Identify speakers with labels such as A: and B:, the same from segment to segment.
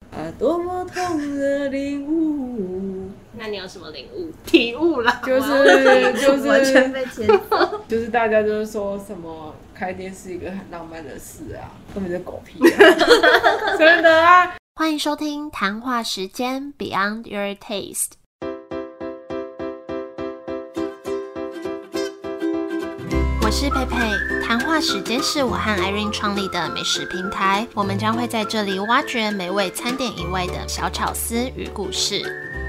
A: 下啊多么痛的领悟，
B: 那你有什么领悟？体悟了，
A: 就
B: 哇
A: 是就
C: 完全
A: 是
C: 被牵走。
A: 就是大家就是说什么开店是一个很浪漫的事啊，根本就狗屁、啊，真的啊！
D: 欢迎收听谈话时间 Beyond Your Taste。我是佩佩，谈话时间是我和 Irene 创立的美食平台，我们将会在这里挖掘美味餐点以外的小巧思与故事。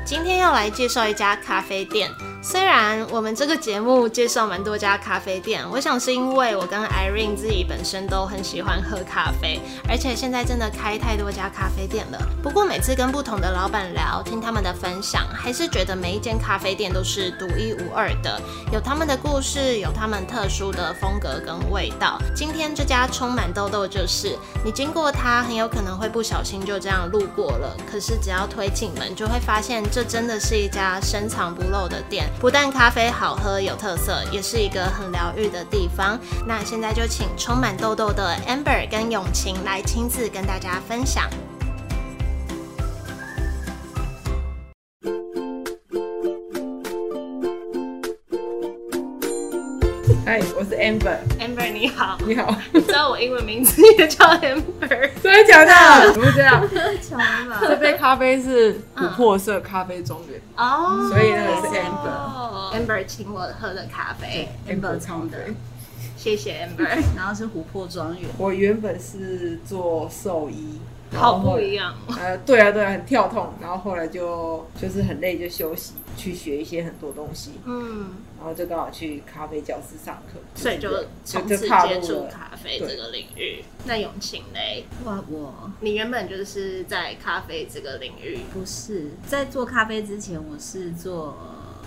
B: 今天要来介绍一家咖啡店。虽然我们这个节目介绍蛮多家咖啡店，我想是因为我跟 Irene 自己本身都很喜欢喝咖啡，而且现在真的开太多家咖啡店了。不过每次跟不同的老板聊，听他们的分享，还是觉得每一间咖啡店都是独一无二的，有他们的故事，有他们特殊的风格跟味道。今天这家充满痘痘就是，你经过它，很有可能会不小心就这样路过了。可是只要推进门，就会发现这真的是一家深藏不露的店，不但咖啡好喝有特色，也是一个很疗愈的地方。那现在就请充满痘痘的 Amber 跟永晴来亲自跟大家分享。
A: 哎，我是 Amber，
B: Amber 你好，
A: 你好，
B: 你知道我英文名字也叫 Amber，
A: 真的假的？怎么会这样？
C: 穷吧，
A: 这杯咖啡是琥珀色咖啡庄园
B: 哦
A: 所以那个是
B: Amber 请我喝的咖啡，
C: Amber
A: 冲的。
B: 谢谢 Amber，
C: 然后是琥珀庄园，
A: 我原本是做兽医，
B: 好不一。样。
A: 呃，对啊，对啊，很跳痛，然后后来就就是很累，就休息，去学一些很多东西，
B: 嗯，
A: 然后就刚好去咖啡教室上课，
B: 所以就从
A: 就
B: 此
A: 踏
B: 接
A: 入
B: 触
A: 了
B: 咖啡
A: 对
B: 这个领域。那永晴嘞，
C: 哇，我
B: 你原本就是在咖啡这个领域，
C: 不是在做咖啡之前，我是做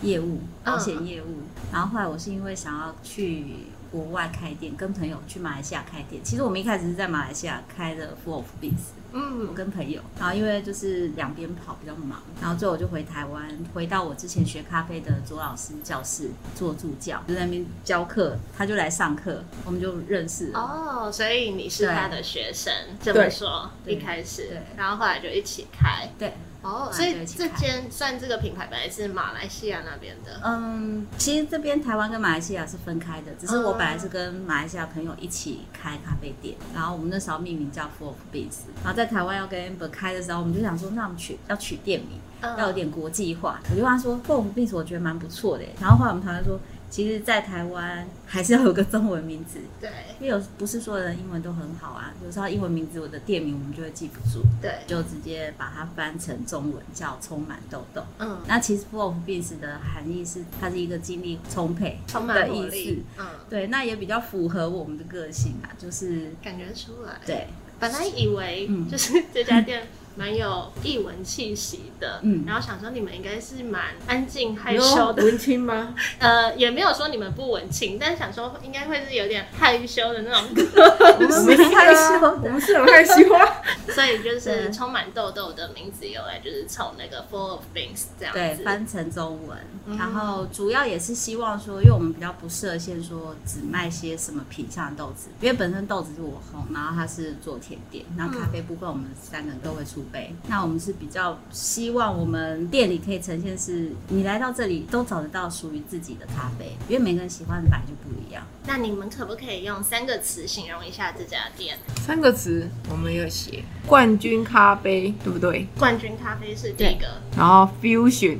C: 业务，
A: 嗯
C: 保险业务。然后后来我是因为想要去国外开店，跟朋友去马来西亚开店。其实我们一开始是在马来西亚开的 Full of Beats，我
B: 嗯，
C: 跟朋友，然后因为就是两边跑比较忙，然后最后我就回台湾，回到我之前学咖啡的左老师教室做助教，就在那边教课，他就来上课，我们就认识了。
B: 哦，所以你是
C: 对
B: 他的学生，这么说
C: 对
B: 一开始
C: 对，
B: 然后后来就一起开。
C: 对，
B: 哦，
C: 后
B: 所
C: 来
B: 以
C: 就一起
B: 这
C: 开
B: 间算这个品牌本来是马来西亚那边的，
C: 嗯，其实这边台湾跟马来西亚是分开的，只是我本来是跟马来西亚朋友一起开咖啡店，然后我们那时候命名叫 Four Beats，然后在台湾要跟 Amber 开的时候，我们就想说，那我们取要取店名，
B: 嗯
C: 要有
B: 哦
C: 点国际化。我就跟他说 Four Beats 我觉得蛮不错的耶，然后后来我们讨论说，其实，在台湾还是要有个中文名字，
B: 对
C: 因为有不是所有人英文都很好啊，有时候英文名字我的店名我们就会记不住，
B: 对，
C: 就直接把它翻成中文叫充满痘痘。
B: 嗯，
C: 那其实 full of beans 的含义是，它是一个精力充沛
B: 充
C: 的
B: 满活
C: 意思
B: 力，，嗯，
C: 对，那也比较符合我们的个性啊，就是
B: 感觉出来。
C: 对，
B: 本来以为
C: 嗯
B: 就是这家店蛮有艺文气息的，
C: 嗯
B: 然后想说你们应该是蛮安静害羞的，
A: 文青 吗？
B: 呃，也没有说你们不文青，但是想说应该会是有点害羞的那种，
C: 我们不是害羞
A: 啊，我
C: 的，
A: 们是很害羞啊。
B: 所以就是
C: 对
B: 充满痘痘的名字由来就是从那个 Full of Things 这样
C: 对，
B: 子，
C: 翻成中文，
B: 嗯
C: 然后主要也是希望说，因为我们比较不设限说只卖些什么品相的豆子，因为本身豆子是我烘，然后它是做甜点，那咖啡部分我们三个人都会出杯，那我们是比较希望我们店里可以呈现是，你来到这里都找得到属于自己的咖啡，因为每个人喜欢的本来就不一样。
B: 那你们可不可以用三个词形容一下这家店？
A: 三个词我们有写，冠军咖啡，对不对？
B: 冠军咖啡是第一个，
A: 然后 fusion，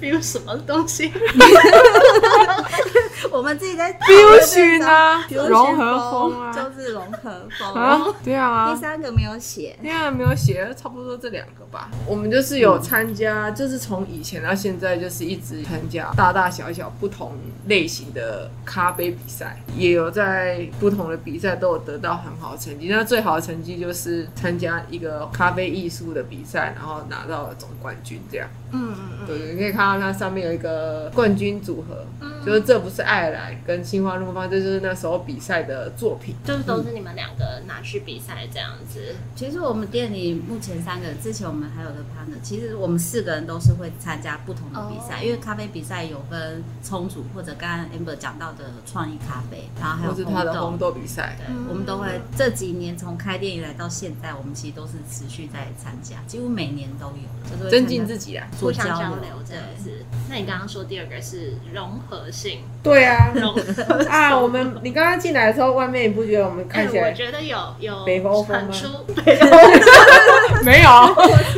B: 比如什么东西？
C: 我们自己 在
A: Fusion 啊
C: 讨论
A: 融合风啊
C: 就是融合 风。
B: 哦
A: 啊，对啊
C: 第，三个没有写，
A: 现在没有写，差不多这两个吧。我们就是有参加，就是从以前到现在，就是一直参加大大小小不同类型的咖啡比赛，也有在不同的比赛都有得到很好的成绩。那最好的成绩就是参加一个咖啡艺术的比赛，然后拿到了总冠军这样。
B: 嗯嗯嗯，
A: 对，你可以看到它上面有一个冠军组合，就是这不是爱尔兰跟新花怒放，这就是那时候比赛的作品。
E: 就是都是你们两个拿去比赛这样子。
C: 其实我们店里目前三个人，之前我们还有个 partner，其实我们四个人都是会参加不同的比赛，
E: 哦
C: 因为咖啡比赛有分冲煮或者刚刚 Amber 讲到的创意咖啡，然后还有
A: 或是它
C: 烘
A: 的
C: 豆
A: 红。豆比赛，
C: 对我们都会这几年从开店以来到现在，我们其实都是持续在参加，几乎每年都有，就是会
A: 增进
C: 参加
A: 自己啊。
C: 做
E: 互相交
C: 流
E: 流这样
C: 对
E: 子。那你刚刚说第二个是融合性，
A: 对 啊，
E: 融合
A: 啊，我们你刚刚进来的时候，外面你不觉得我们看起
E: 哎
A: 来
E: 我觉得有有
A: 北欧风
E: 很
A: 吗
E: 出
A: 没 有？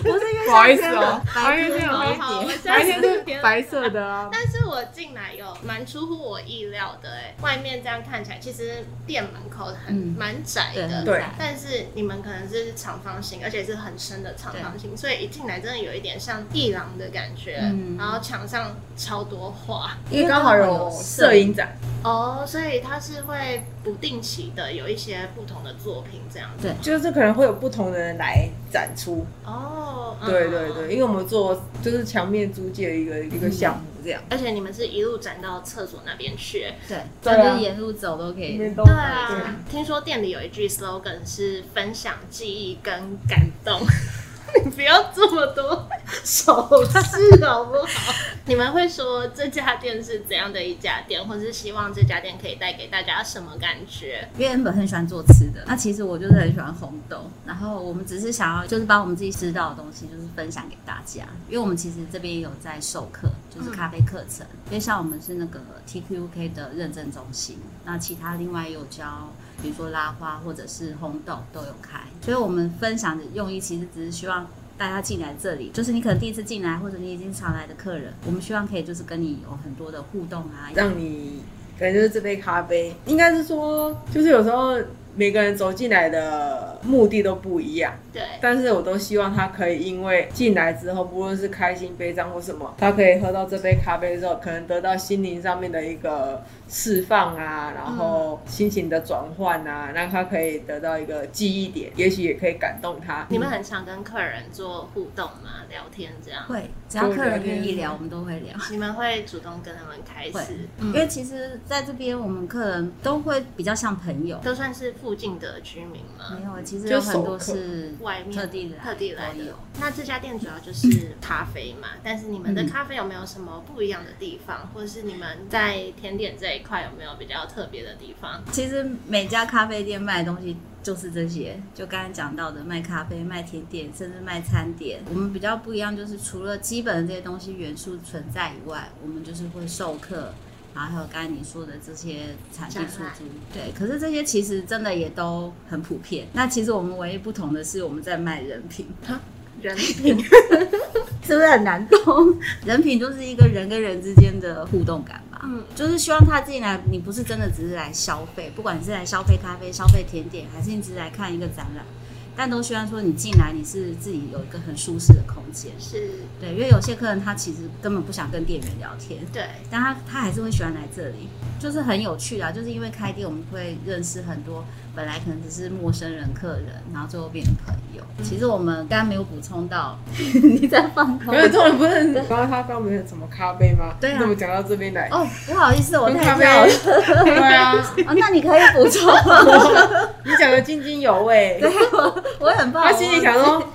C: 不是因为
A: 不好意思
C: 夏天
A: 哦
C: 了，白
A: 因为
C: 天
A: 这
C: 有
A: 样白
E: 好
C: 黑
E: 好，我
C: 点，
A: 白
E: 现在
A: 天
E: 是
A: 是白色的啊，
E: 但是我进来有蛮出乎我意料的哎、外面这样看起来，其实店门口很
C: 嗯
E: 蛮、窄
C: 对
E: 的，
C: 很
A: 对
C: 窄
E: 但是你们可能是长方形，而且是很深的长方形，所以一进来真的有一点像艺廊的感觉。
C: 嗯
E: 然后墙上超多画
A: 因为刚好有摄影展，
E: 哦，所以它是会不定期的有一些不同的作品这样子。
C: 对
A: 就是可能会有不同的人来展出。
E: 哦，嗯
A: 对对对，。因为我们做就是墙面租借的一个一个项目这样。
E: 而且你们是一路展到厕所那边去，
C: 对，
A: 对啊
C: 反正沿路走都可以。
A: 都
E: 对
A: 嗯
E: 啊，听说店里有一句 slogan 是“分享记忆跟感动”， 你不要这么多手势好不好？你们会说这家店是怎样的一家店，或是希望这家店可以带给大家什么感觉？
C: 因为 Amber 很喜欢做吃的，那其实我就是很喜欢红豆，然后我们只是想要就是把我们自己吃到的东西就是分享给大家，因为我们其实这边也有在授课，就是咖啡课程，因为像我们是那个 TQK 的认证中心，那其他另外也有教。比如说拉花或者是烘豆都有开，所以我们分享的用意其实只是希望大家进来这里，就是你可能第一次进来，或者你已经常来的客人，我们希望可以就是跟你有很多的互动啊，
A: 让你可能就是这杯咖啡，应该是说，就是有时候每个人走进来的目的都不一样，
E: 对，
A: 但是我都希望他可以因为进来之后，不论是开心、悲伤或什么，他可以喝到这杯咖啡之后，可能得到心灵上面的一个释放啊，然后心情的转换啊，让他可以得到一个记忆点，也许也可以感动他。
E: 你 们很常跟客人做互动吗？聊天这样？
C: 会只要客人愿意聊，我们都会聊。
E: 你们会主动跟他们开
C: 会
E: 始，，嗯
C: 因为其实在这边我们客人都会比较像朋友，
E: 都算是附近的居民吗？
C: 没有，其实有很多是
E: 外面
C: 特地来，
E: 特地来
C: 都
E: 的
C: 有。。
E: 那这家店主要 就是咖啡嘛，但是你们的咖啡有没有什么不一样的地方，或者是你们在甜点这一块有没有比较特别的地方？
C: 其实每家咖啡店卖的东西就是这些，就刚才讲到的卖咖啡、卖甜点，甚至卖餐点。我们比较不一样，就是除了基本的这些东西元素存在以外，我们就是会授课。然后还有刚才你说的这些产地出
E: 展览
C: 租，对，可是这些其实真的也都很普遍。那其实我们唯一不同的是，我们在卖人品，
E: 人品
C: 是不是很难懂？人品就是一个人跟人之间的互动感
E: 嗯
C: 吧。嗯，就是希望他进来，你不是真的只是来消费，不管你是来消费咖啡、消费甜点，还是你只是来看一个展览，但都希望说你进来你是自己有一个很舒适的空间。
E: 是
C: 对，因为有些客人他其实根本不想跟店员聊天，
E: 对，
C: 但他他还是会喜欢来这里，就是很有趣啊。就是因为开店，我们会认识很多本来可能只是陌生人、客人，然后最后变成朋友。其实我们刚刚没有补充到， 你在放空
A: 没。有，重点不是，然后他刚不是什么咖啡吗？
C: 对啊
A: 你怎么讲到这边来？
C: 哦，不好意思，我
A: 跟
C: 太
A: 咖啡
C: 跳 了。，
A: 对啊，
C: 哦，那你可以补充。
A: 你讲的津津有味。
C: 我很棒。
A: 他心里想说，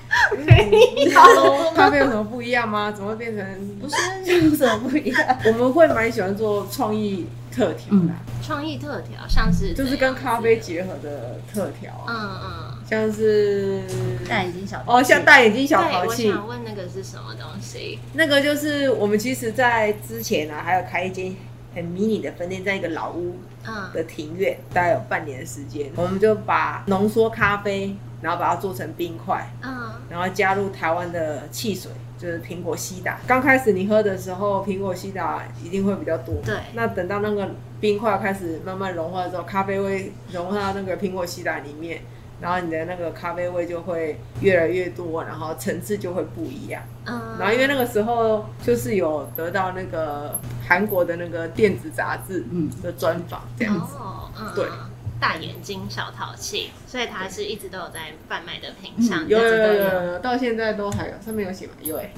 E: 没有
A: 咖啡有什么不一样吗？怎么会变成？
C: 我，不是 怎么不一样？
A: 我们会蛮喜欢做创意特调的，
E: 嗯创意特调，像是
A: 就是
E: 怎样
A: 跟咖啡结合的特调
E: 嗯
A: 啊，
E: 嗯。
A: 像是
C: 但已经小
A: 哦，像戴眼镜小
E: 对，
A: 淘
E: 我
A: 气，
E: 想问那个是什么东西？
A: 那个就是我们其实，在之前啊，还有开一间很迷你的分店，在一个老屋
E: 嗯，
A: 的庭院，大概有半年的时间，我们就把浓缩咖啡，然后把它做成冰块，
E: 嗯，
A: 然后加入台湾的汽水，就是苹果西打。刚开始你喝的时候，苹果西打一定会比较多。
E: 对
A: 那等到那个冰块开始慢慢融化的时候，咖啡味融化到那个苹果西打里面，然后你的那个咖啡味就会越来越多，然后层次就会不一样。
E: 嗯，
A: 然后因为那个时候就是有得到那个韩国的那个电子杂志
C: 嗯
A: 的专访，这样子。
E: 哦，嗯，
A: 对
E: 嗯大眼睛小淘气，所以它是一直都有在贩卖的品相。
A: 有
E: 这
A: 有
E: 样
A: 有
E: 子
A: 有有，到现在都还有，上面有写吗？有哎、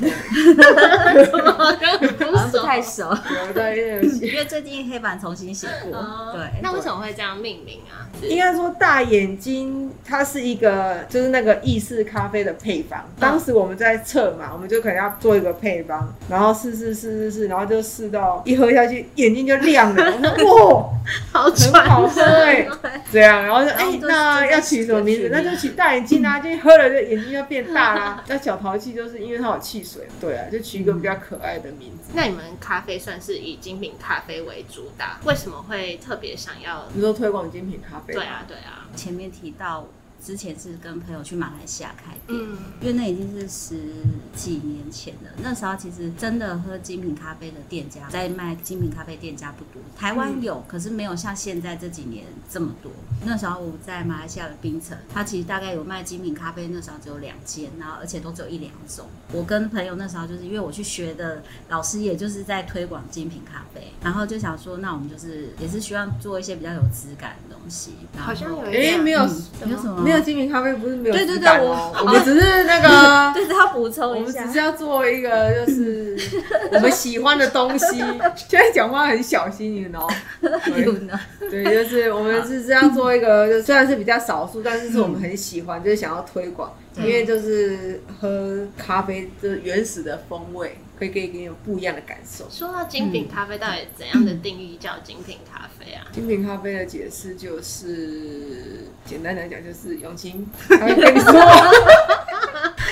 E: 的，好像很
C: 好像
E: 不
C: 不
E: 熟。
C: 太熟，
A: 有在那有写。
C: 因为最近黑板重新写过。
E: 哦
C: 对，
E: 那为什么会这样命名啊？
A: 应该说大眼睛，它是一个就是那个意式咖啡的配方。
C: 嗯
A: 当时我们在测嘛，我们就可能要做一个配方，然后试试试试试，然后就试到一喝下去眼睛就亮了，我说 哇，
E: 好
A: 很
E: 传
A: 好喝哎、这样，然后说
C: 然
A: 哎、
C: 后就
A: 那
C: 就
A: 要取什么名字？
C: 就取
A: 那
C: 名
A: 就取大眼睛啊，就喝了就眼睛就变大 啦。那小淘气就是因为它有汽水，对啊，就取一个比较可爱的名
C: 嗯
A: 字。
E: 那你们咖啡算是以精品咖啡为主打，为什么会特别想要？
A: 你说推广精品咖啡，
E: 对，啊，对啊，
C: 前面提到之前是跟朋友去马来西亚开店，
E: 嗯，
C: 因为那已经是十几年前了。那时候其实真的喝精品咖啡的店家，在卖精品咖啡店家不多，台湾有，可是没有像现在这几年这么多。那时候我在马来西亚的槟城，它其实大概有卖精品咖啡，那时候只有两间，然后而且都只有一两种。我跟朋友那时候就是因为我去学的老师，也就是在推广精品咖啡，然后就想说，那我们就是也是希望做一些比较有质感的东西。然后
E: 好像有一
A: 哎、
E: 点
A: 没有。
C: 嗯没有什么
A: 没有精品咖啡不是没有
C: 对对
A: 质感
C: 对
A: 哦，我们只是那个
C: 就是要补
A: 我
C: 充一
A: 们只
C: 下
A: 是。要做一个，就是 我们喜欢的东西。现在讲话很小心，你知 道吗？对对，就是我们是这样做一个，就虽然是比较少数，但是是我们很喜欢，就是想要推广，
E: 嗯
A: 因为就是喝咖啡就是原始的风味，可以给你有不一样的感受。
E: 说到精品咖啡，到底怎样的定义叫精品咖啡 啊？
A: 精品咖啡的解释就是，简单来讲就是永清，他会跟你 说，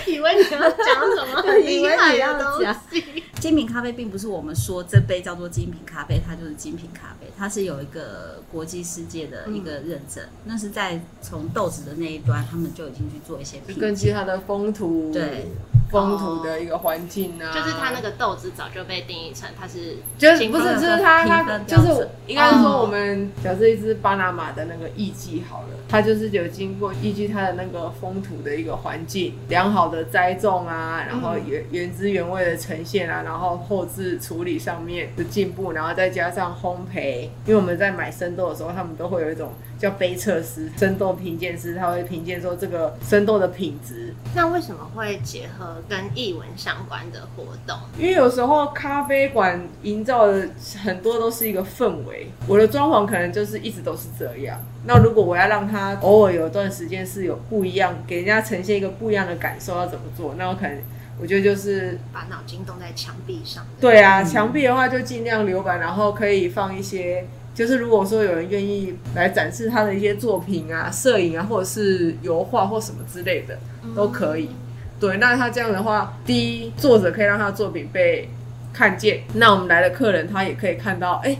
E: 以为你要讲什 么很厉害的东西，
C: 精品咖啡并不是我们说这杯叫做精品咖啡，它就是精品咖啡，它是有一个国际世界的一个认证，那是在从豆子的那一端，他们就已经去做一些品
A: 根
C: 鉴。
A: 据它的风土，
C: 对，
A: 风土的一个环境啊，
E: 哦就是它那个豆子早就被定义成它是
A: 就是
E: 精
A: 不
E: 品
A: 是，
E: 咖
A: 就
E: 啡
A: 是他
C: 评
A: 他
C: 分
A: 就
C: 标
A: 是
C: 准
A: 我应该是说
E: 哦
A: 我们假设一只巴拿马的那个艺妓好了，它就是有经过依据它的那个风土的一个环境，良好的栽种啊，然后原原汁原味的呈现啊，然后后置处理上面的进步，然后再加上烘焙，因为我们在买生豆的时候，他们都会有一种叫杯测师、生豆评鉴师，他会评鉴说这个生豆的品质
E: 那为什么会结合跟译文相关的活动？
A: 因为有时候咖啡馆营造的很多都是一个氛围，我的装潢可能就是一直都是这样。那如果我要让它偶尔有一段时间是有不一样，给人家呈现一个不一样的感受，要怎么做？那我可能我觉得就是
E: 把脑筋动在墙壁上的。
A: 对啊，
C: 嗯
A: 墙壁的话就尽量留白，然后可以放一些，就是如果说有人愿意来展示他的一些作品啊、摄影啊，或者是油画或什么之类的，都可以。对，那他这样的话，第一，作者可以让他的作品被看见，那我们来的客人他也可以看到，哎、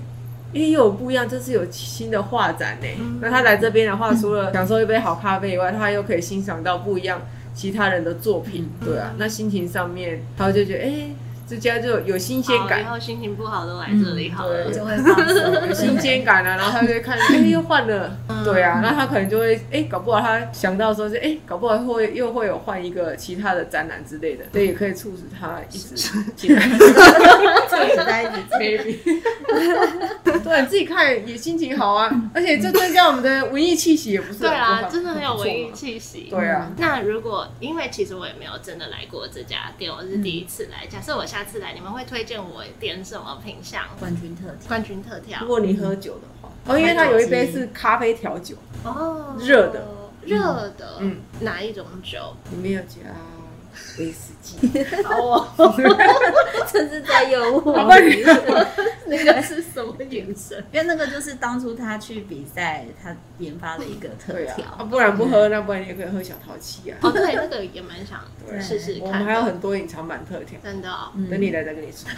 A: 因为又有不一样，这次有新的画展呢、那他来这边的话，除了享受一杯好咖啡以外，他又可以欣赏到不一样其他人的作品。对啊，那心情上面，他就觉得，哎、这家就哦有新鲜
E: 好
A: 感
E: 哦以。后心情不好都来这里好
A: 嗯
E: 了。
A: 对
C: 就会放松，
A: 有新鲜感啊，然后他就会看，哎、又换了，对啊，那他可能就会，哎、搞不好他想到说是，哎、搞不好会又会有换一个其他的展览之类的，所以也可以促使他一直进 来
C: 在一起。
A: ，maybe，对，你自己看也心情好啊，而且这增加我们的文艺气息也不是
E: 对
A: 很不
E: 啊，
A: 好
E: 真的很有文艺
A: 不错嘛
E: 气息。
A: 对啊，
E: 那如果因为其实我也没有真的来过这家店，我是第一次来。假设我下次来，你们会推荐我点什么品相？
C: 冠军特体，
E: 冠军特调
A: 如果你喝酒的话，哦，因为它有一杯是咖啡调酒，
E: 哦，
A: 热的，
E: 热的，
A: 嗯，
E: 哪一种酒？
A: 里面有加威士 忌， 啊
E: 哦，
C: 甚至在有 我，
A: 好吧哦你
E: 那个是什么眼神？
C: 因为那个就是当初他去比赛，他研发的一个特
A: 对
C: 调
A: 啊，。啊不然不喝，那不然你也可以喝小淘气啊。
E: 哦，对，那个也蛮想
A: 对
E: 试试
A: 我
E: 看
A: 们
E: 的。
A: 还有很多隐藏版特调，
E: 真的哦。
A: 等你来再跟你说。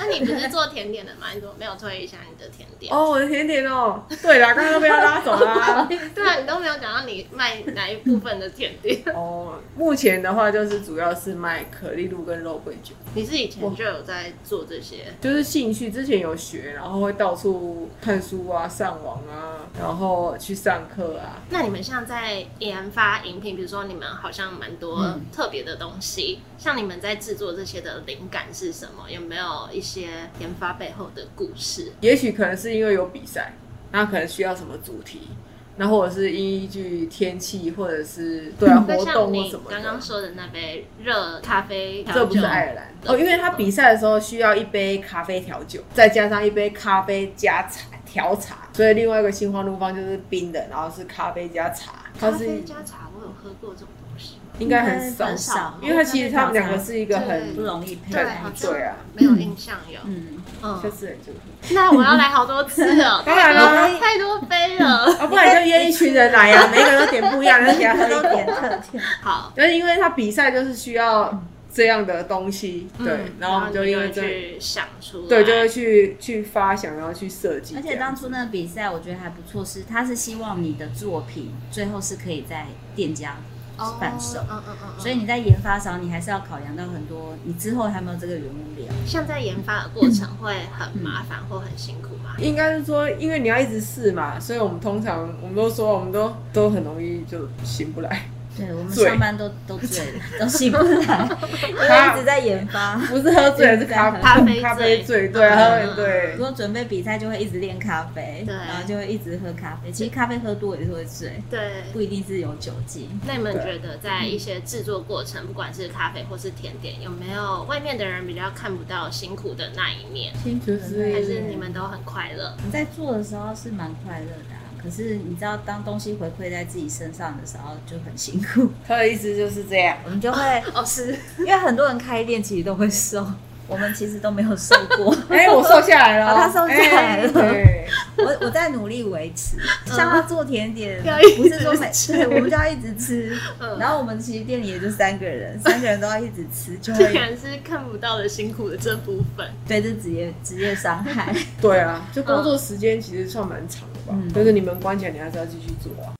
E: 那你不是做甜点的吗？ 你怎么没有推一下你的甜点？
A: 哦，我的甜点哦，对啦，刚刚都被他拉走 啦。
E: 对啊，你都没有讲到你卖哪一部分的甜 点。
A: 哦，目前的话就是主要是卖可丽露跟肉桂卷，
E: 你是以前就有在做这些，
A: 就是兴趣之前有学，然后会到处看书啊、上网啊，然后去上课啊。
E: 那你们像在研发饮品，比如说你们好像蛮多
C: 嗯
E: 特别的东西，像你们在制作这些的灵感是什么？有没有一些研发背后的故事？
A: 也许可能是因为有比赛，那可能需要什么主题，那或者是依据天气或者是对啊
E: 那
A: 活
E: 像
A: 动或
E: 你
A: 什么
E: 刚刚
A: 的。
E: 说的那杯热咖啡调酒，
A: 这不是爱尔兰哦，因为他比赛的时候需要一杯咖啡调酒，再加上一杯咖啡加茶调茶，所以另外一个新欢路方就是冰的，然后是咖啡加茶，它
E: 咖
A: 是
E: 啡加茶，我有喝过这种东西，
A: 应该很少
C: 很，少，
A: 因为它其实他们两个是一个
C: 不
A: 很
C: 容易配
E: 对
C: 在
E: 好
C: 一起。
E: 像
A: 对啊，
E: 没有印象有。
C: 嗯，
A: 下
E: 嗯，
A: 次人就喝
E: 那我要来好多次了，
A: 当然啦
E: 太多杯了。
A: 啊，不然就约一群人来呀、啊，每个人都点不一样，然后给他喝
C: 它
A: 一
C: 都
A: 口
C: 点。特点，
E: 好，
A: 但是因为他比赛就是需要这样的东西，对，
E: 嗯
A: 然后我们就
E: 你
A: 因为这，
E: 去想出来，
A: 对，就会去去发想，然后去设计这
C: 而
A: 样。
C: 且当初那个比赛我觉得还不错，是他是希望你的作品最后是可以在店家
E: 哦
C: 反手
E: 嗯嗯嗯嗯。
C: 所以你在研发上，你还是要考量到很多，你之后还有没有这个原物料？
E: 像在研发的过程会很麻烦或很辛苦吗？
A: 应该是说，因为你要一直试嘛，所以我们通常我们都说，我们都都很容易就醒不来，
C: 对我们
A: 醉
C: 上班都都 醉了，都醒不来，因为一直在研发。
A: 不是喝醉，是咖
E: 咖啡
A: 咖啡醉，
E: 醉
A: 对，喝
E: 嗯
A: 对
C: 如。果准备比赛就会一直练咖啡，
E: 对
C: 然后就会一直喝咖啡。其实咖啡喝多也是会醉，
E: 对。
C: 不一定是有酒精。
E: 那你们觉得在一些制作过程，不管是咖啡或是甜点，有没有外面的人比较看不到辛苦的那一面，
A: 就是
E: 还是你们都很快乐？
C: 你在做的时候是蛮快乐的、啊，可是你知道当东西回馈在自己身上的时候就很辛苦。
A: 他的意思就是这样，
C: 我们就 会，
E: 哦，是
C: 因为很多人开店其实都会瘦，我们其实都没有瘦 过。
A: 哎、我瘦下来了，
C: 啊他瘦下来了
A: 哎对
C: 我我在努力维持，像他做甜点
E: 嗯要一，
C: 不是说
E: 直
C: 每
E: 吃
C: 对，我们就要一直吃
E: 嗯。
C: 然后我们其实店里也就三 个人，三个人都要一直吃，就
E: 这个
C: 会
E: 人是看不到的辛苦的这部分。
C: 对这职业职业伤 害。
A: 对啊，就工作时间其实算蛮长的吧，
C: 嗯
A: 就是你们关起来，你还是要继续做啊。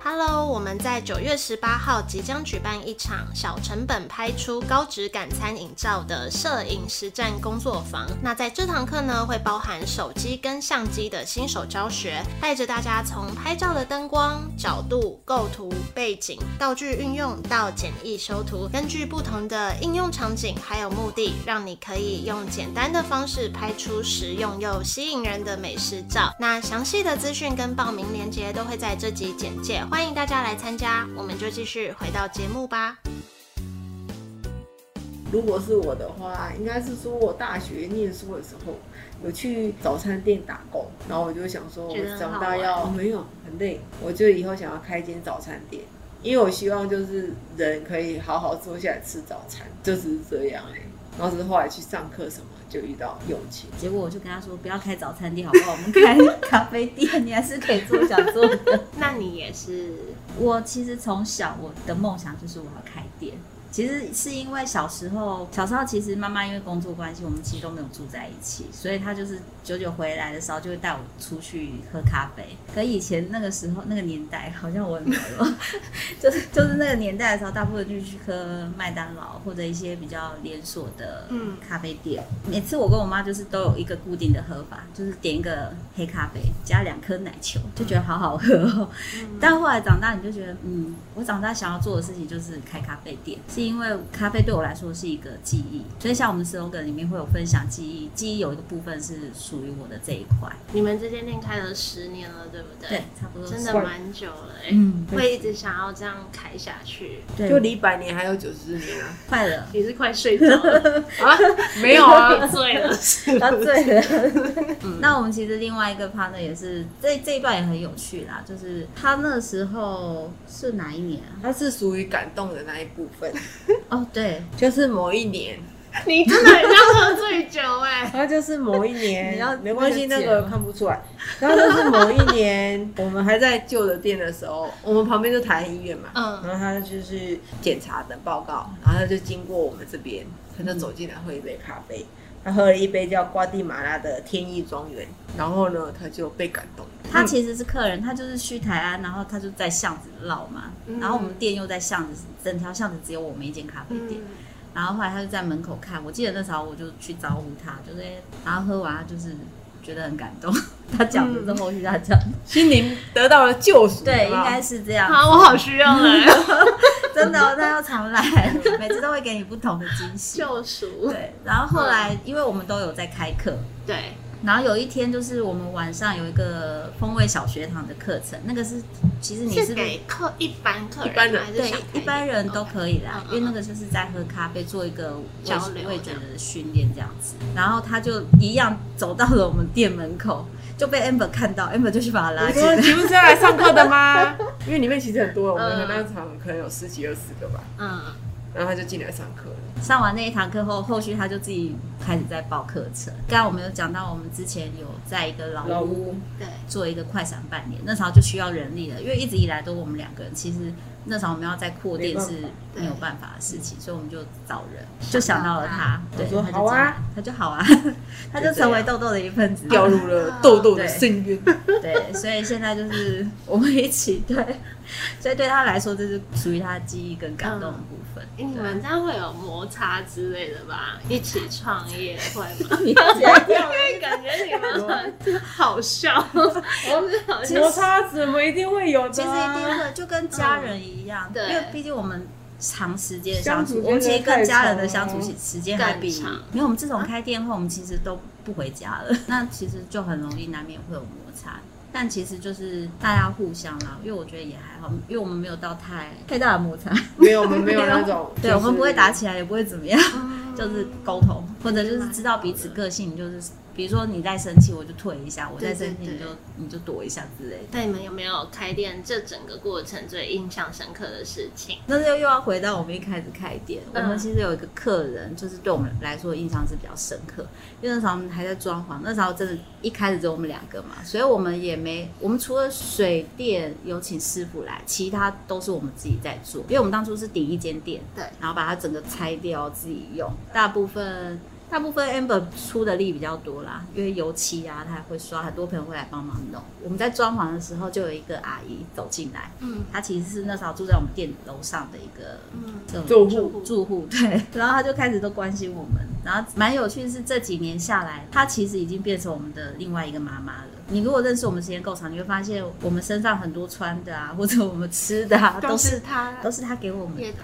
B: Hello，我们在九月十八号即将举办一场小成本拍出高质感餐饮照的摄影实战工作坊。那在这堂课呢，会包含手机跟相机的新手教学，带着大家从拍照的灯光、角度、构图、背景、道具运用到简易修图，根据不同的应用场景还有目的，让你可以用简单的方式拍出实用又吸引人的美食照。那详细的资讯跟报名链接都会在这集简介，欢迎大家来参加。我们就继续回到节目吧。
A: 如果是我的话，应该是说我大学念书的时候有去早餐店打工，然后我就想说，我
E: 觉得很
A: 长
E: 好
A: 大
E: 玩
A: 要没有很累，我就以后想要开一间早餐店，因为我希望就是人可以好好坐下来吃早餐，就只是这样哎、然后只是后来去上课什么，就遇到友情。
C: 结果我就跟他说，不要开早餐店好不好？我们开咖啡店，你还是可以做想做的。
E: 那你也是
C: 我其实从小我的梦想就是我要开店。其实是因为小时候，小时候其实妈妈因为工作关系，我们其实都没有住在一起，所以她就是久久回来的时候就会带我出去喝咖啡。可以前那个时候那个年代，好像我很老了， 就是就是那个年代的时候，大部分就去喝麦当劳或者一些比较连锁的
E: 嗯
C: 咖啡店。每次我跟我妈就是都有一个固定的喝法，就是点一个黑咖啡加两颗奶球，就觉得好好喝哦。但后来长大，你就觉得，嗯，我长大想要做的事情就是开咖啡店，是因为咖啡对我来说是一个记忆，所以像我们 slogan 里面会有分享记忆，记忆有一个部分是属于我的这一块，
E: 你们这间店开了十年了，对不对？
C: 对，，差不多是
E: 真的
A: 是
E: 蛮久了哎、
C: 嗯，
E: 会一直想要这样开下去，
C: 对，
A: 就离百年还有九十年啊！
C: 快了，
E: 你是快睡着了，
A: 啊，没有啊，
E: 醉了，
C: 他醉了。嗯那我们其实另外一个 partner 也是，这这一段也很有趣啦，就是他那个时候是哪一年啊？
A: 它是属于感动的那一部分，
C: 哦，对，
A: 就是某一年，
E: 你真的很像喝醉酒哎、
A: 然后就是某一年，
C: 你要
A: 没关系，
C: 那
A: 那
C: 个
A: 个
C: 剪吗
A: 看不出来。然后就是某一年，我们还在旧的店的时候，我们旁边就台安医院嘛，
B: 嗯
A: 然后他就是检查的报告，然后他就经过我们这边，他就走进来喝一杯咖啡，他喝了一杯叫瓜地马拉的天意庄园，然后呢，他就被感动了。
E: 嗯
C: 他其实是客人，他就是去台安，然后他就在巷子绕嘛，
E: 嗯
C: 然后我们店又在巷子，整条巷子只有我们一间咖啡
E: 嗯
C: 店。然后后来他就在门口看，我记得那时候我就去招呼他，就是然后喝完他就是觉得很感动， 他讲的是后续他讲的，
A: 心灵得到了救赎，
C: 对，
A: 有没有
C: 应该是这样。
E: 啊，嗯我好需要哎、
C: 真的哦、那要常 来，每次都会给你不同的惊喜。
E: 救赎，嗯
C: 对，然后后来因为我们都有在开课，
E: 对，
C: 然后有一天就是我们晚上有一个风味小学堂的课程，那个是其实你
E: 是
C: 是
E: 给客一般客人吗，
A: 一般人
E: 还是
C: 对
E: 小
C: 一般人都可以啦
E: 嗯嗯，嗯
C: 因为那个就是在喝咖啡做一个味
E: 交流
C: 味
E: 这
C: 觉
E: 样
C: 的训练这样子。然后他就一样走到了我们店门口， 就被 Amber 看到，Amber 就去把他拉
A: 我
C: 进
A: 说
C: 来。
A: 你不是要来上课的吗？ 因为里面其实很多，我
E: 嗯
A: 们那场可能有十几二十个吧，
E: 嗯，
A: 然后他就进来上课了。
C: 上完那一堂课后，后续他就自己开始在报课程。刚刚我们有讲到，我们之前有在一个老屋
A: 屋
E: 对，
C: 做一个快闪半年，那时候就需要人力了，因为一直以来都我们两个人，其实那时候我们要在扩店是没有办法的事情，所以我们就找人，就想到了他，对，
A: 我说
C: 他就
A: 好啊
C: 进来，他就好 啊，他就成为豆豆的一份子，
A: 掉入了痘痘的深 渊，
C: 对，啊所以现在就是我们一起对，所以对他来说，这是属于他的记忆跟感动的部分。
E: 诶你们这样会有摩擦之类的吧？一起创业会吗？
C: 你要剪掉
E: 因
C: 了
E: 为感觉你们很好笑，我是好像
A: 摩擦怎么一定会有的、啊？
C: 其实一定会，就跟家人一样，
E: 对
C: 因为毕竟我们长时间的相
A: 相
C: 处，
A: 处
C: 我们其实跟家人
A: 真的
C: 的
A: 太
C: 相
A: 长
C: 处时时间还比
E: 更长，
C: 因为我们自从开店后，我们其实都不回家 了，那其实就很容易难免会有摩擦。但其实就是大家互相啦，因为我觉得也还好，因为我们没有到太太大的摩擦，
A: 没有，我们没有那种
C: ，对我们不会打起
A: 来。
C: 来，也不会怎么样，
E: 哦
C: 就是沟通，或者就是知道彼此个性，就是比如说你在生气，我就退一下；我在生气，
E: 对对
C: 你就你就躲一下之类的。
E: 那你们有没有开店这整个过程最印象深刻的事情？
C: 那就又要回到我们一开始开店，
E: 嗯
C: 我们其实有一个客人，就是对我们来说印象是比较深刻，因为那时候我们还在装潢，那时候真的一开始只有我们两个嘛，所以我们也没，我们除了水电有请师傅来，其他都是我们自己在做，因为我们当初是顶一间店，
E: 对
C: 然后把它整个拆掉自己用，大部分。大部分 Amber 出的力比较多啦，因为油漆啊，他还会刷，很多朋友会来帮忙弄。我们在装潢的时候，就有一个阿姨走进来，
E: 嗯
C: 她其实是那时候住在我们店楼上的一个
E: 嗯，
C: 这种
A: 住户
C: 住户对，然后他就开始都关心我们，然后蛮有趣的是这几年下来，她其实已经变成我们的另外一个妈妈了。你如果认识我们时间够长，你会发现我们身上很多穿 的啊，或者我们吃的啊，都是
E: 他
C: 都是她给我们的
E: 也。太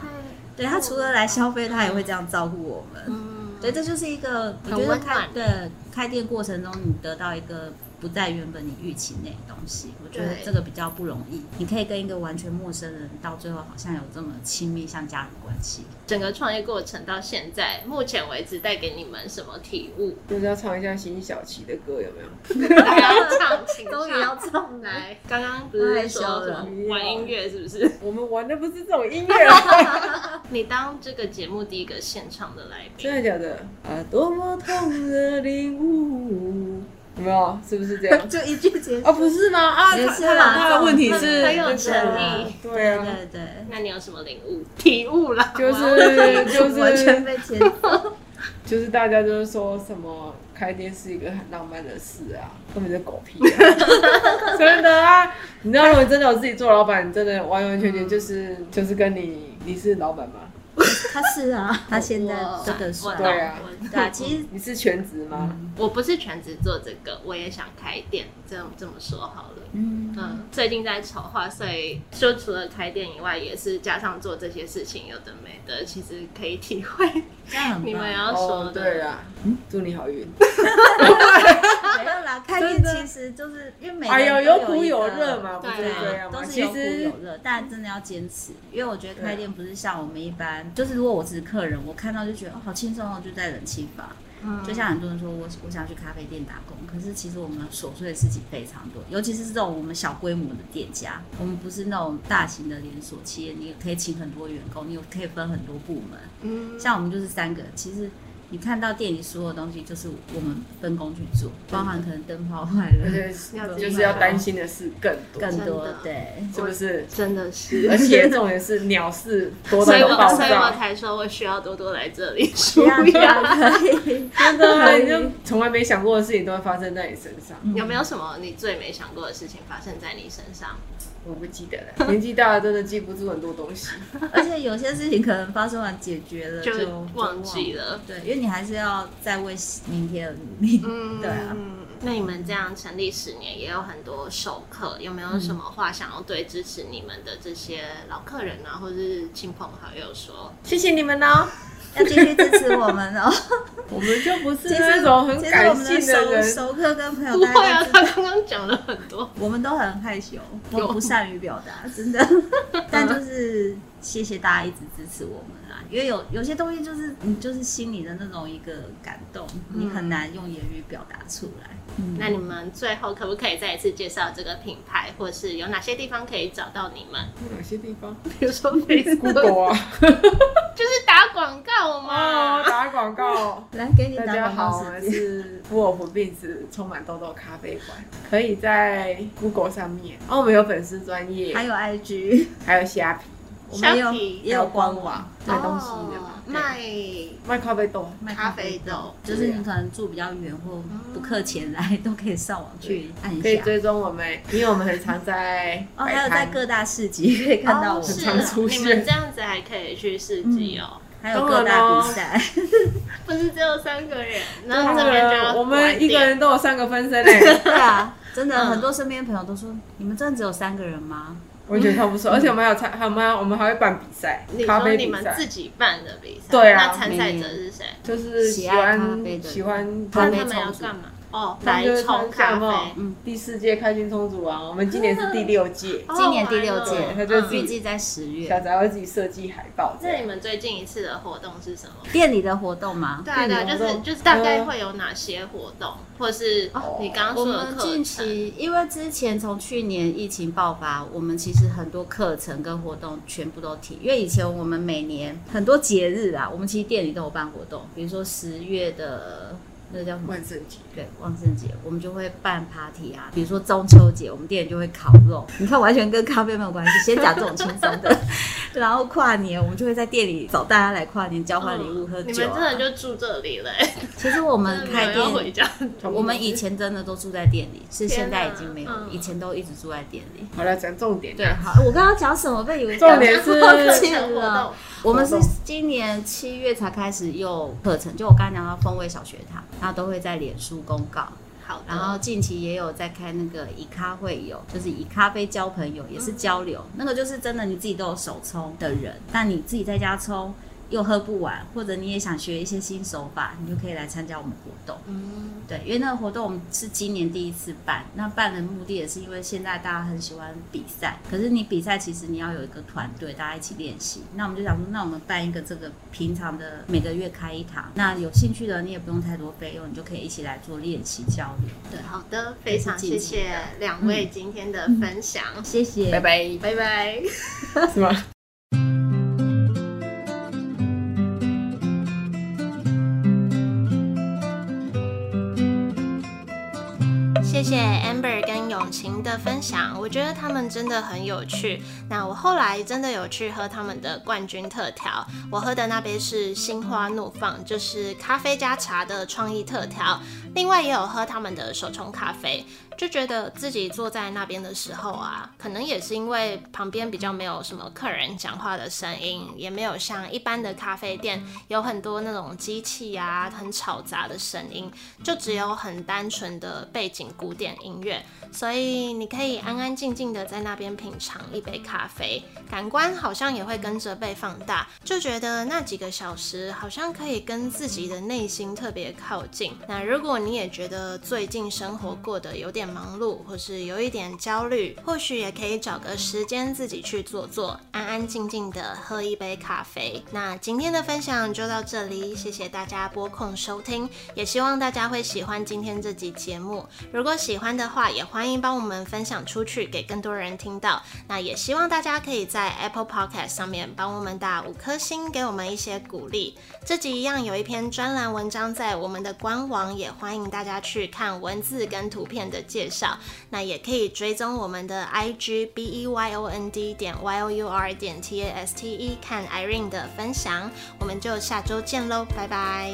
C: 对她除了来消费，她也会这样照顾我们。
E: 嗯，
C: 对，这就是一个我
E: 很
C: 觉得
E: 温
C: 开
E: 暖
C: 对开店过程中，你得到一个不在原本你预期内的东西，我觉得
E: 对
C: 这个比较不容易。你可以跟一个完全陌生人，到最后好像有这么亲密，像家人关系。
E: 整个创业过程到现在，目前为止带给你们什么体悟？
A: 就是要唱一下辛晓琪的歌，有没有？
E: 大家要唱，请
C: 终于
E: 唱
C: 要唱了
E: 来。刚刚不是说什
C: 太
A: 羞
E: 么
A: 了
E: 玩音乐是不是？
A: 我们玩的不是这种音 乐，啊
E: 你当这个节目第一个现场的来宾
A: 真，的假的？啊，多么痛的领悟，有没有？是不是这样？
C: 就一句结束。
A: 啊，不是呢啊，
C: 也
A: 他
C: 是
A: 他
C: 啦
A: 他的问题是
E: 很有
A: 那个
E: 诚意
A: 对
C: 对
A: 啊，
C: 对对，
E: 那你有什么领悟体悟啦？
A: 就
E: 哇
A: 是就
C: 完全
A: 是
C: 被牵。
A: 就是大家就是说什么开店是一个很浪漫的事啊，根本就狗屁啊、真的啊！ 你知道，如果真的有自己做老板，你真的完完全
E: 嗯
A: 全就是就是跟你你是老板吗？
C: 他是 啊，他现在
E: 我
C: 这个
E: 我
C: 帅。
E: 懂
A: 对啊
E: 我
C: 对啊，其实
A: 你是全职吗？
E: 我不是全职做这个，我也想开店，这样这么说好了。
C: 嗯，
E: 嗯，最近在筹划，所以就除了开店以外，也是加上做这些事情，有的没的，其实可以体会
C: 这样很棒。
E: 你们要说
A: 哦，
E: 的。
A: 对啊，祝你好运。
C: 没有啦，开
A: 真
C: 店
A: 的
C: 其实就是因为每个
A: 哎呦，
C: 人都有
A: 有苦
C: 一
A: 有
C: 个
A: 乐嘛，不是
E: 对啊
A: 这样
C: 都
A: 吗？
C: 是
A: 其
C: 有苦
A: 实
C: 有乐，但真的要坚持，因为我觉得开店不是像我们一般，就是如果我只是客人，我看到就觉得哦好轻松哦，就在冷气房。
E: 嗯
C: 就像很多人说我我想去咖啡店打工，可是其实我们琐碎的事情非常多，尤其是这种我们小规模的店家，我们不是那种大型的连锁企业，你也可以请很多员工，你有可以分很多部门。
E: 嗯，
C: 像我们就是三个，其实你看到店里所有东西就是我们分工去做，包含可能灯泡坏
A: 而
C: 了
A: 且
E: 要自己
A: 就是要担心的事更多，
C: 更多
E: 真的，
C: 对。
A: 是不是？
E: 真的是。
A: 而且重点是鸟事多
E: 所
A: 到
E: 以
A: 一个
E: 我，
A: 爆
E: 所以我
A: 炸，
E: 才说我需要多多来这 里
C: 不
E: 舒
C: 要这
E: 压。
C: 样可以。
A: 真的啊，你就从来没想过的事情都会发生在你身上。
E: 有没有什么你最没想过的事情发生在你身上？
A: 我不记得了，年纪大了真的记不住很多东西。
C: 而且有些事情可能发生完解决了
E: 就
C: 就
E: 忘记。了。
C: 对，因为你还是要再为明天而努力。
E: 嗯，
C: 对啊。
E: 那你们这样成立十年，也有很多熟客，有没有什么话想要对支持你们的这些老客人啊，或者是亲朋好友说？
A: 谢谢你们哦，
C: 要继续支持我 们哦。
A: 我们就不是
C: 其实
A: 那种很
C: 其实我
A: 感
C: 们
A: 性
C: 的
A: 的
C: 熟
A: 人，
C: 熟客跟朋友
E: 不
C: 哦大
E: 会
C: 家
E: 啊
C: 都，知
E: 他
C: 道，
E: 刚刚讲了很多。
C: 我们都很害羞，我
E: 有
C: 们不善于表达，真的。 但就是谢谢大家一直支持我们啦，因为有有些东西就是你就是心里的那种一个感动，你
A: 嗯
C: 很难用言语表达出来。嗯
E: 那你们最后可不可以再一次介绍这个品牌，或是有哪些地方可以找到你们？
A: 有哪些地方
E: 比如说 Facebook，
A: ？Google 啊，
E: 就是打广告嘛。
A: 哦，打广告。
C: 来给你
A: 大
C: 打
A: 家
C: 广
A: 好，
C: 告
A: 我
C: 时
A: 们
C: 间。
A: 是布偶不病子充满痘痘咖啡馆，可以在 Google 上面，然后我们有粉丝专业，
C: 还有 IG，
A: 还有虾皮
C: 我们也
E: 虾
C: 有
E: 皮
C: 也有官网，
A: 卖东西的嘛，对
E: 卖
A: 卖咖啡豆，
E: 咖啡豆，
C: 就是你可能住比较远或不客前来，都可以上网去按一
A: 可以
C: 下。
A: 追踪我们，因为我们很常在
C: 哦，还有在
A: 摆摊
C: 各大市集可以看到我
E: 哦是
C: 们，
A: 常出
E: 你
A: 现
E: 们这样子还可以去市集哦，
C: 还有各大比赛。
E: 不是只有三个人，
A: 对
E: 然
A: 啊
E: 后这个人就要
A: 我们一个
E: 关
A: 人都有三个分身欸嘞，
C: 对啊，真的、
E: 嗯
C: 很多身边朋友都说，你们真的只有三个人吗？
A: 我觉得超不错，而且我们还有参，还有我们还我们还会办比赛
E: 嗯掉，你，
A: 咖
E: 说
A: 啡
E: 你
A: 比
E: 们
A: 赛
E: 自，己办的比赛，
A: 对啊
E: 那参赛者是谁？
A: 就是喜
C: 喜爱咖啡
A: 欢
C: 的
A: 喜欢
E: 那
C: 咖
E: 他
C: 啡
E: 们
C: 冲
E: 要
C: 煮
E: 干嘛？哦，
A: 他
E: 来
A: 们就是
E: 冲
A: 参
E: 咖
A: 加嘛
E: 啡。
A: 第四届开心冲煮王，我们今年是第六届，
E: 哦
C: 今年第六届
E: 完了
A: 他就自己
C: 预计在十
A: 小
E: 嗯
C: 月。
A: 宅会自己设计海报这
E: 那你
A: 样。
E: 们最近一次的活动是什么？
C: 店里的活动吗？
E: 对啊，对啊，
A: 电
E: 就
A: 影活
E: 是
A: 动
E: 就是大概会有哪些活动，或是你刚刚
C: 哦我
E: 说啊的
C: 们
E: 课
C: 近
E: 程？
C: 期，因为之前从去年疫情爆发，我们其实很多课程跟活动全部都停。因为以前我们每年很多节日啊，我们其实店里都有办活动，比如说十月的那个叫什么？
A: 万
E: 嗯
A: 圣节，
C: 对，万圣节我们就会办 party 啊，比如说中秋节，我们店里就会烤 肉。你看，完全跟咖啡没有关系，先讲这种轻松的。然后跨年，我们就会在店里找大家来跨年，交换礼物、喝
E: 哦你们
C: 酒、
E: 真
C: 啊。
E: 的就住这里了欸，
C: 其实我们
E: 真的没
C: 开
E: 有要回
C: 店，
E: 家。
C: 我们以前真的都住在店里，是
E: 天
C: 现在
E: 哪
C: 已经没有了，
E: 嗯
C: 以前都一直住在店里。
A: 好了，讲重点。
C: 对，好，我刚刚讲什么被以为
A: 重点是
C: 忘
E: 课
C: 记
E: 程活
C: 了
E: 动。，
C: 我们是啊
A: 活动
C: 今年七月才开始有课程，就我刚刚讲到风味小学堂，然后都会在脸书公告。
E: 好的，
C: 然后近期也有在开那个以咖会友，就是以咖啡交朋友，也是交流。那个就是真的你自己都有手冲的人，但你自己在家冲又喝不完，或者你也想学一些新手法，你就可以来参加我们活动。
E: 嗯，
C: 对，因为那个活动我们是今年第一次办，那办的目的也是因为现在大家很喜欢比赛，可是你比赛其实你要有一个团队，大家一起练习。那我们就想说，那我们办一个这个平常的每个月开一堂，那有兴趣的你也不用太多费用，你就可以一起来做练习交流。对，
E: 好的，非常谢谢两位今天的分享，
C: 谢谢，
A: 拜拜，
E: 拜拜。
A: 是吗？
B: 谢谢 Amber 跟永晴的分享，我觉得他们真的很有趣。那我后来真的有去喝他们的冠军特调，我喝的那杯是心花怒放，就是咖啡加茶的创意特调。另外也有喝他们的手冲咖啡，就觉得自己坐在那边的时候啊，可能也是因为旁边比较没有什么客人讲话的声音，也没有像一般的咖啡店有很多那种机器啊很吵杂的声音，就只有很单纯的背景古典音乐，所以你可以安安静静的在那边品尝一杯咖啡，感官好像也会跟着被放大，就觉得那几个小时好像可以跟自己的内心特别靠近。那如果你也觉得最近生活过得有点忙碌，或是有一点焦虑，或许也可以找个时间自己去做做，安安静静的喝一杯咖啡。那今天的分享就到这里，谢谢大家拨空收听。也希望大家会喜欢今天这集节目。如果喜欢的话，也欢迎帮我们分享出去，给更多人听到。那也希望大家可以在 Apple Podcast 上面帮我们打五颗星，给我们一些鼓励。这集一样有一篇专栏文章在我们的官网，也欢迎大家去看文字跟图片的介绍。那也可以追踪我们的 IG B E Y O N D 点 Y O U R 点 T A S T E 看 Irene 的分享。我们就下周见喽，拜拜。